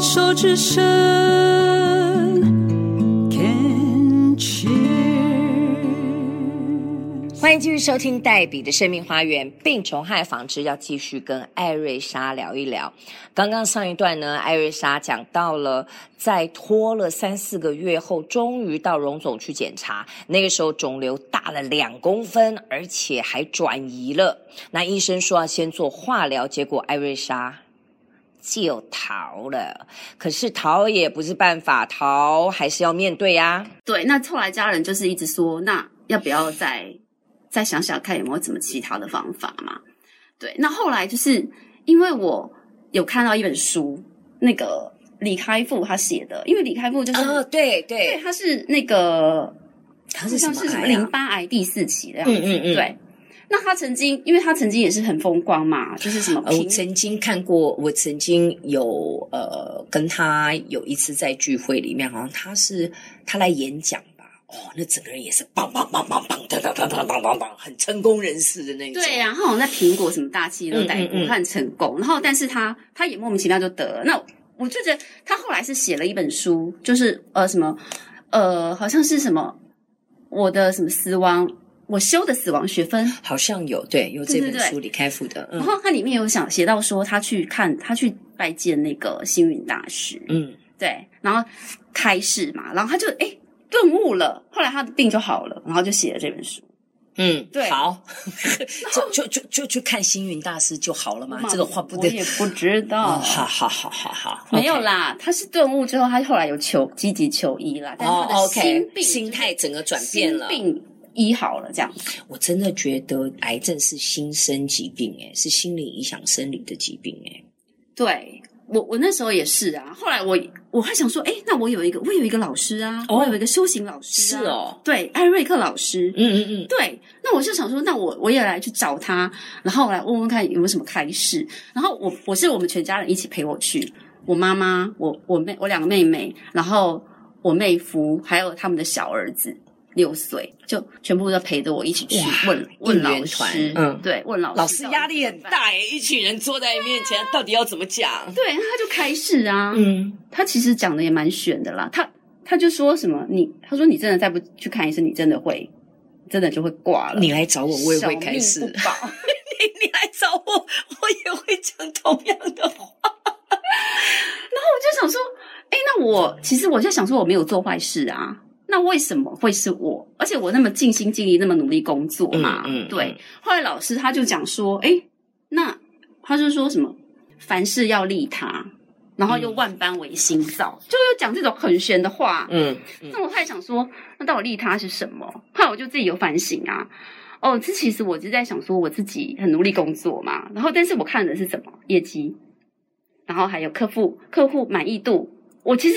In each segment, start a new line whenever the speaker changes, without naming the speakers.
手之声，Can cheer。
欢迎继续收听黛比的生命花园，病虫害防治要继续跟艾瑞莎聊一聊。刚刚上一段呢，艾瑞莎讲到了，在拖了三四个月后，终于到荣总去检查，那个时候肿瘤大了两公分，而且还转移了。那医生说要先做化疗，结果艾瑞莎 就逃了。可是逃也不是办法，逃还是要面对啊呀、
对，那后来家人就是一直说，那要不要再再想想看有没有什么其他的方法嘛？对，那后来就是因为我有看到一本书，那个李开复他写的，因为李开复就是、
哦，对
对，
对，
他是那个
他是什
好
么
像是
癌、啊？
淋巴癌第四期的样
嗯
子，
嗯嗯
对。那他曾经，因为他曾经也是很风光嘛，就是什么
呃，我
平
曾经看过，我曾经有呃跟他有一次在聚会里面，好像他是他来演讲吧，哦，那整个人也是梆梆梆梆梆，当当当当当当当，很成功人士的那种。
对呀、啊他好像在苹果什么大企业都待过，
嗯嗯嗯
他很成功。然后，但是他他也莫名其妙就得了。那我就觉得他后来是写了一本书，就是呃什么呃，好像是什么我的什么死亡，我修的死亡学分。
好像有对有这
对
本
对对
书李开复的，
然后它里面有想写到说，他去看他去拜见那个星云大师，
嗯
对，然后开示嘛，然后他就哎顿悟了，后来他的病就好了，然后就写了这本书。
嗯嗯，
对
好，就就就就去看星云大师就好了嘛，这个话不
我
对
也不知道。
哦，好好好好好，
没有
OK
啦，他是顿悟之后，他后来有求积极求医啦，但是
哦
他的
，OK，
心病、
心态整个转变了
心病医好了这样子。
我真的觉得癌症是新生疾病、欸，是心理影响生理的疾病、欸，
对我，我那时候也是啊。后来我我还想说，哎，那我有一个，我有一个老师啊，
哦
我有一个修行老师、啊，
是，哦，
对，艾瑞克老师。
嗯嗯嗯，
对，那我就想说，那我我也来去找他，然后我来问问看有没有什么开示。然后我我是我们全家人一起陪我去，我妈妈、我我妹、我两个妹妹，然后我妹夫还有他们的小儿子六岁，就全部都陪着我一起去
哇
问问
应援
老
团
师，
嗯
对，问老师，
老师压力很。大、欸，一群人坐在面前，到底要怎么讲？
对，他就开示啊，
嗯，
他其实讲的也蛮悬的啦，他他就说什么你，他说你真的再不去看医生，你真的会真的就会挂了。
嗯你来找我，我也会
小
开
命
始
不。保
你来找我，我也会讲同样的话。
就想说，哎，那我其实我就想说，我没有做坏事啊，那为什么会是我？而且我那么尽心尽力，那么努力工作嘛，
嗯嗯嗯
对。后来老师他就讲说，哎，那他就说什么，凡事要利他，然后又万般为心造，就又讲这种很玄的话，
嗯，
那我太想说，那到底利他是什么？后来我就自己有反省啊。哦，这其实我是在想说，我自己很努力工作嘛，然后但是我看的是什么业绩，然后还有客户客户满意度。我其实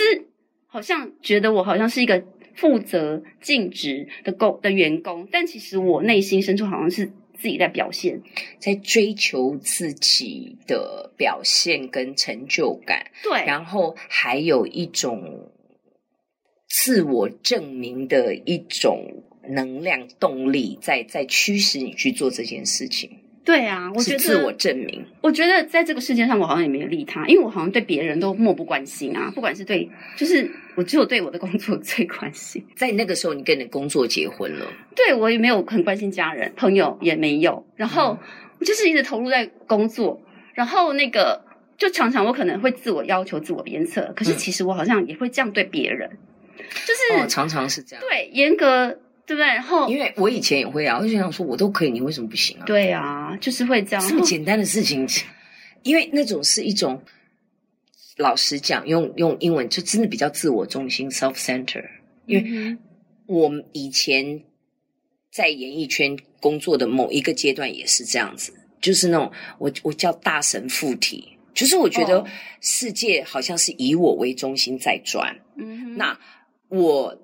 好像觉得我好像是一个负责尽职的工的员工，但其实我内心深处好像是自己在表现。
在追求自己的表现跟成就感，
对，
然后还有一种自我证明的一种能量动力在，在驱使你去做这件事情，
对啊，我觉
是
得
自我证明。
我觉得在这个世界上，我好像也没有利他，因为我好像对别人都漠不关心啊，不管是对，就是我只有对我的工作 最关心，
在那个时候，你跟你的工作结婚了，
对我也没有很关心家人、朋友也没有，然
嗯
后我就是一直投入在工作，然后那个就常常我可能会自我要求、自我鞭策，可是
嗯
其实我好像也会这样对别人，就是、
哦，常常是这样。
对严格，对不对？然后
因为我以前也会啊，我就想说，我都可以，你为什么不行啊？，
对啊，就是会这样，
这么简单的事情，因为那种是一种，老实讲，用用英文就真的比较自我中心 （self center）。因为
为
我们以前在演艺圈工作的某一个阶段也是这样子，就是那种我我叫大神附体，就是我觉得
哦
世界好像是以我为中心在转，
嗯哼
那我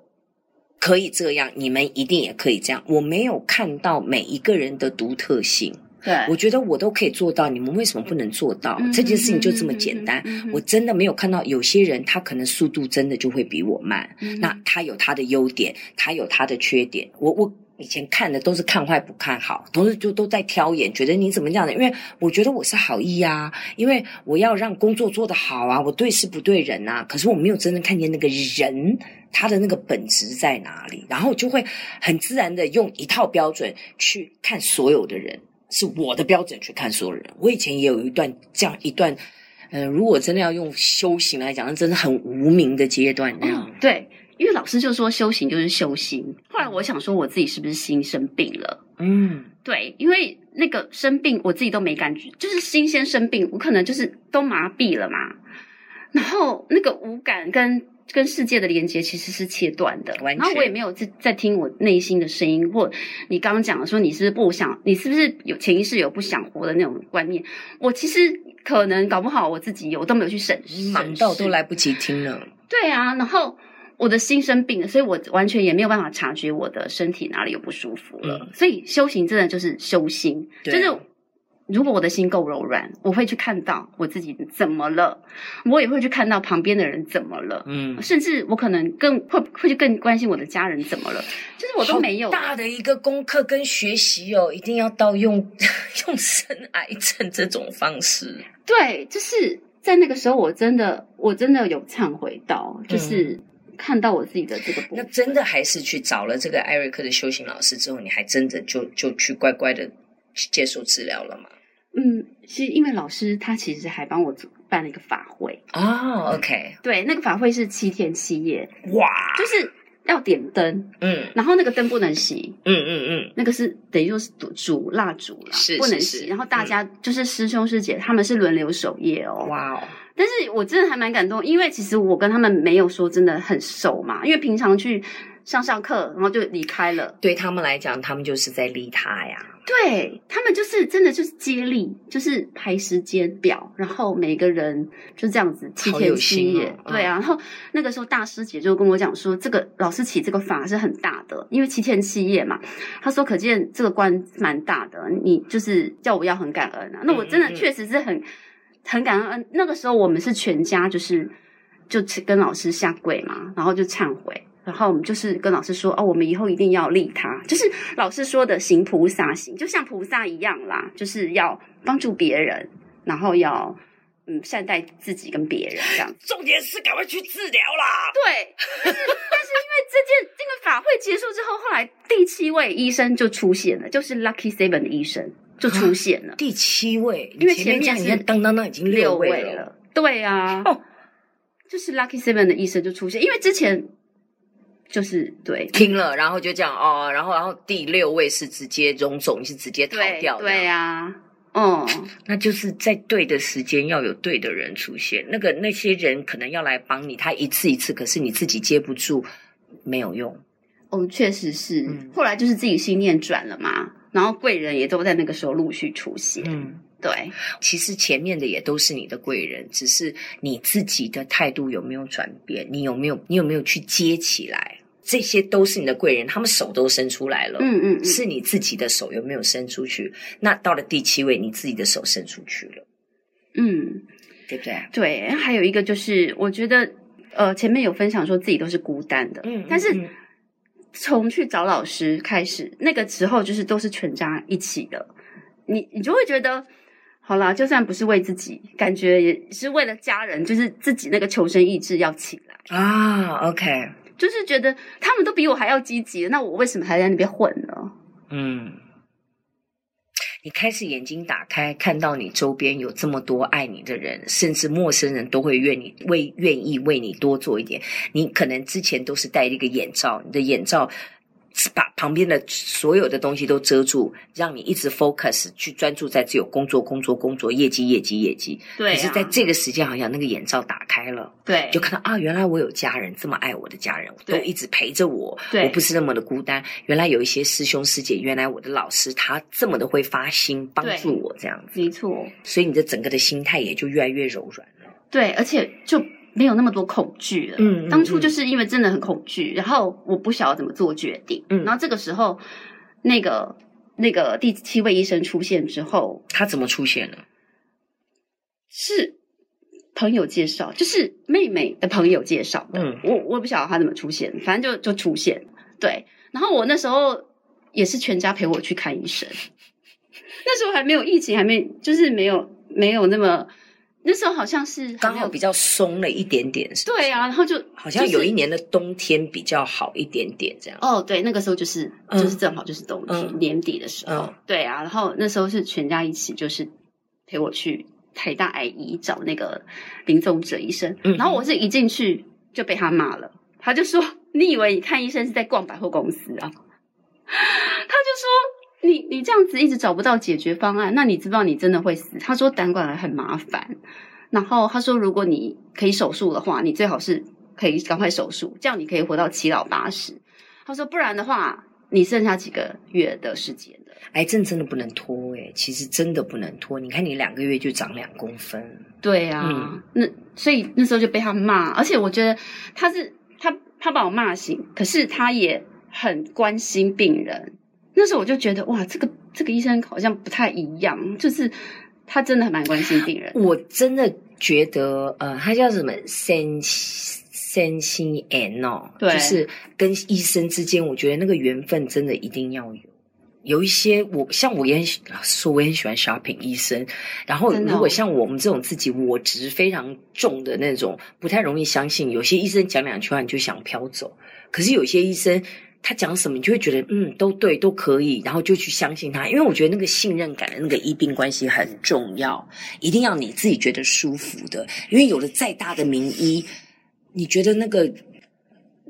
可以这样，你们一定也可以这样。我没有看到每一个人的独特性，我
对嗯
觉得我都可以做到，你们为什么不能做到？这件事情就这么简单。
嗯哼嗯哼
我真的没有看到有些人，他可能速度真的就会比我慢，
嗯哼
那他有他的优点，他有他的缺点。我我以前看的都是看坏不看好，同事就都在挑眼，觉得你怎么这样的？因为我觉得我是好意啊，因为我要让工作做得好啊，我对事不对人啊。可是我没有真的看见那个人他的那个本质在哪里，然后就会很自然的用一套标准去看所有的人，是我的标准去看所有人。我以前也有一段这样一段，嗯、如果真的要用修行来讲，那真的很无名的阶段那样。
对，因为老师就说修行就是修心。后来我想说，我自己是不是心生病了？
嗯，
对，因为那个生病我自己都没感觉，就是新鲜生病，我可能就是都麻痹了嘛。然后那个无感跟跟世界的连接其实是切断的，
完全
然后我也没有在在听我内心的声音，或你刚刚讲的说你是不是不想，你是不是有潜意识有不想活的那种观念？我其实可能搞不好我自己有，我都没有去审视，
忙到
审
都
视
来不及听了。
对啊，然后我的心生病了，所以我完全也没有办法察觉我的身体哪里有不舒服了。所以修行真的就是修心，
嗯对
就是如果我的心够柔软，我会去看到我自己怎么了，我也会去看到旁边的人怎么了。
嗯，
甚至我可能更会会去更关心我的家人怎么了，就是我都没有
好大的一个功课跟学习哦，一定要到用 用生癌症这种方式。
对，就是在那个时候，我真的我真的有忏悔到，就是
嗯
看到我自己的这个部
那
分，
真的还是去找了这个艾瑞克的修行老师之后，你还真的就就去乖乖的接受治疗了吗？
嗯，是因为老师他其实还帮我主办了一个法会，
哦、o k
对，那个法会是七天七夜，
哇，
就是要点灯，
嗯
然后那个灯不能熄，
嗯嗯
那个是等于说是煮煮蜡烛啦，
是
不能
是是
熄。然后大家就是师兄师姐他们是轮流守夜哦
嗯，，哇哦，
但是我真的还蛮感动，因为其实我跟他们没有说真的很熟嘛，因为平常去上上课，然后就离开了。
对他们来讲，他们就是在利他呀。
对他们就是真的就是接力，就是排时间表，然后每个人就这样子七
好
天
有
七
心
夜。
哦
对啊，然后那个时候大师姐就跟我讲说，这个老师起这个法是很大的，因为七天七夜嘛。他说，可见这个关蛮大的，你就是叫我要很感恩啊。那我真的
嗯嗯嗯
确实是很很感恩。那个时候我们是全家就是就跟老师下跪嘛，然后就忏悔。然后我们就是跟老师说，哦，我们以后一定要利他，就是老师说的行菩萨行，就像菩萨一样啦，就是要帮助别人，然后要嗯善待自己跟别人这样子。
重点是赶快去治疗啦！
对，但是 但是因为这件这个法会结束之后，后来第七位医生就出现了，就是 Lucky Seven 的医生就出现了，
第七位，
因为
你
前面
面讲
是
你看当当当已经啊六
位
位了，
了。对啊，
哦
就是 Lucky Seven 的医生就出现，因为之前就是对
听了，然后就这样哦，然后然后第六位是直接荣总是直接逃
对
掉的，
对啊，嗯，
那就是在对的时间要有对的人出现，那个那些人可能要来帮你，他一次一次，可是你自己接不住，没有用，
哦，确实是。
嗯
后来就是自己心念转了嘛，然后贵人也都在那个时候陆续出现。
嗯。
对，
其实前面的也都是你的贵人，只是你自己的态度有没有转变，你有没有你有没有去接起来，这些都是你的贵人，他们手都伸出来了，
嗯嗯嗯，
是你自己的手有没有伸出去？那到了第七位，你自己的手伸出去了，
嗯。
对不对？
对，还有一个就是，我觉得呃，前面有分享说自己都是孤单的，
嗯
但是
嗯
从去找老师开始，那个时候就是都是全家一起的，你你就会觉得。好啦，就算不是为自己，感觉也是为了家人，就是自己那个求生意志要起来，
啊，OK，
就是觉得他们都比我还要积极，那我为什么还在那边混呢？
嗯，你开始眼睛打开，看到你周边有这么多爱你的人，甚至陌生人都会愿你为愿意为你多做一点。你可能之前都是戴一个眼罩，你的眼罩是把旁边的所有的东西都遮住，让你一直 focus 去专注在只有工作、工作、工作、业绩、业绩、业绩。
对、啊，
可是在这个时间，好像那个眼罩打开了，
对
就看到啊，原来我有家人这么爱我的家人，都
对
一直陪着我，
对
我不是那么的孤单。原来有一些师兄师姐，原来我的老师他这么的会发心帮助我这样子，
没错，
所以你的整个的心态也就越来越柔软了。
对，而且就没有那么多恐惧了。
嗯嗯
当初就是因为真的很恐惧，然后我不晓得怎么做决定。
嗯
然后这个时候，那个那个第七位医生出现之后，
他怎么出现了？
是朋友介绍，就是妹妹的朋友介绍的。
嗯
我我也不晓得他怎么出现，反正就就出现。对，然后我那时候也是全家陪我去看医生。 那时候还没有疫情，还没就是没有没有那么，那时候好像是还没有
刚好比较松了一点点，是
对啊，然后就
好像有一
就是
年的冬天比较好一点点这样。
哦，对，那个时候就是
嗯
就是正好就是冬天、
嗯
年底的时候，
嗯
对啊，然后那时候是全家一起就是陪我去台大癌医找那个林宗哲医生，
嗯
然后我是一进去就被他骂了，他就说：“ 你以为你看医生是在逛百货公司啊？”他就说：“你你这样子一直找不到解决方案，那你知不知道你真的会死？”他说：“胆管癌很麻烦。”然后他说：“如果你可以手术的话，你最好是可以赶快手术，这样你可以活到七老八十。”他说：“不然的话，你剩下几个月的时间的。
癌症哎真的不能拖哎、其实真的不能拖。你看你两个月就长两公分，”
对啊，
嗯
那所以那时候就被他骂，而且我觉得他是他他把我骂醒，可是他也很关心病人。那时候我就觉得哇，这个这个医生好像不太一样，就是他真的蛮关心 病人。
我真的觉得呃，它叫什么身身心炎哦，
对
就是跟医生之间，我觉得那个缘分真的一定要有。有一些我像我也很喜老实说，我也很喜欢 shopping 医生。然后
真的哦
如果像我们这种自己我执非常重的那种，不太容易相信，有些医生讲两句话你就想飘走。可是有些医生他讲什么，你就会觉得嗯都对都可以，然后就去相信他，因为我觉得那个信任感的那个医病关系很重要，一定要你自己觉得舒服的，因为有了再大的名医，你觉得那个。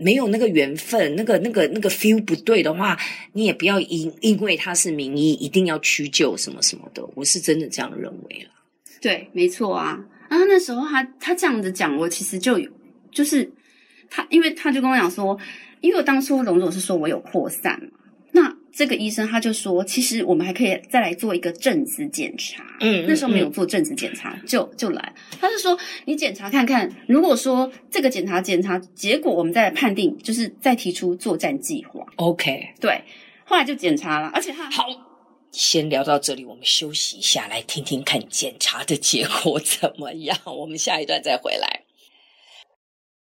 没有那个缘分，那个那个那个 feel 不对的话，你也不要因因为他是名医，一定要屈就什么什么的。我是真的这样认为了。
对，没错啊。然后那时候他他这样子讲，我其实就有就是他，因为他就跟我讲说，因为我当初龙总是说我有扩散嘛，那这个医生他就说，其实我们还可以再来做一个正子检查。
嗯
那时候没有做正子检查，就就来，他就说你检查看看，如果说这个检查检查结果，我们再来判定，就是再提出作战计划。
嗯 OK，
对，后来就检查了，而且他
好，先聊到这里，我们休息一下，来听听看检查的结果怎么样。我们下一段再回来。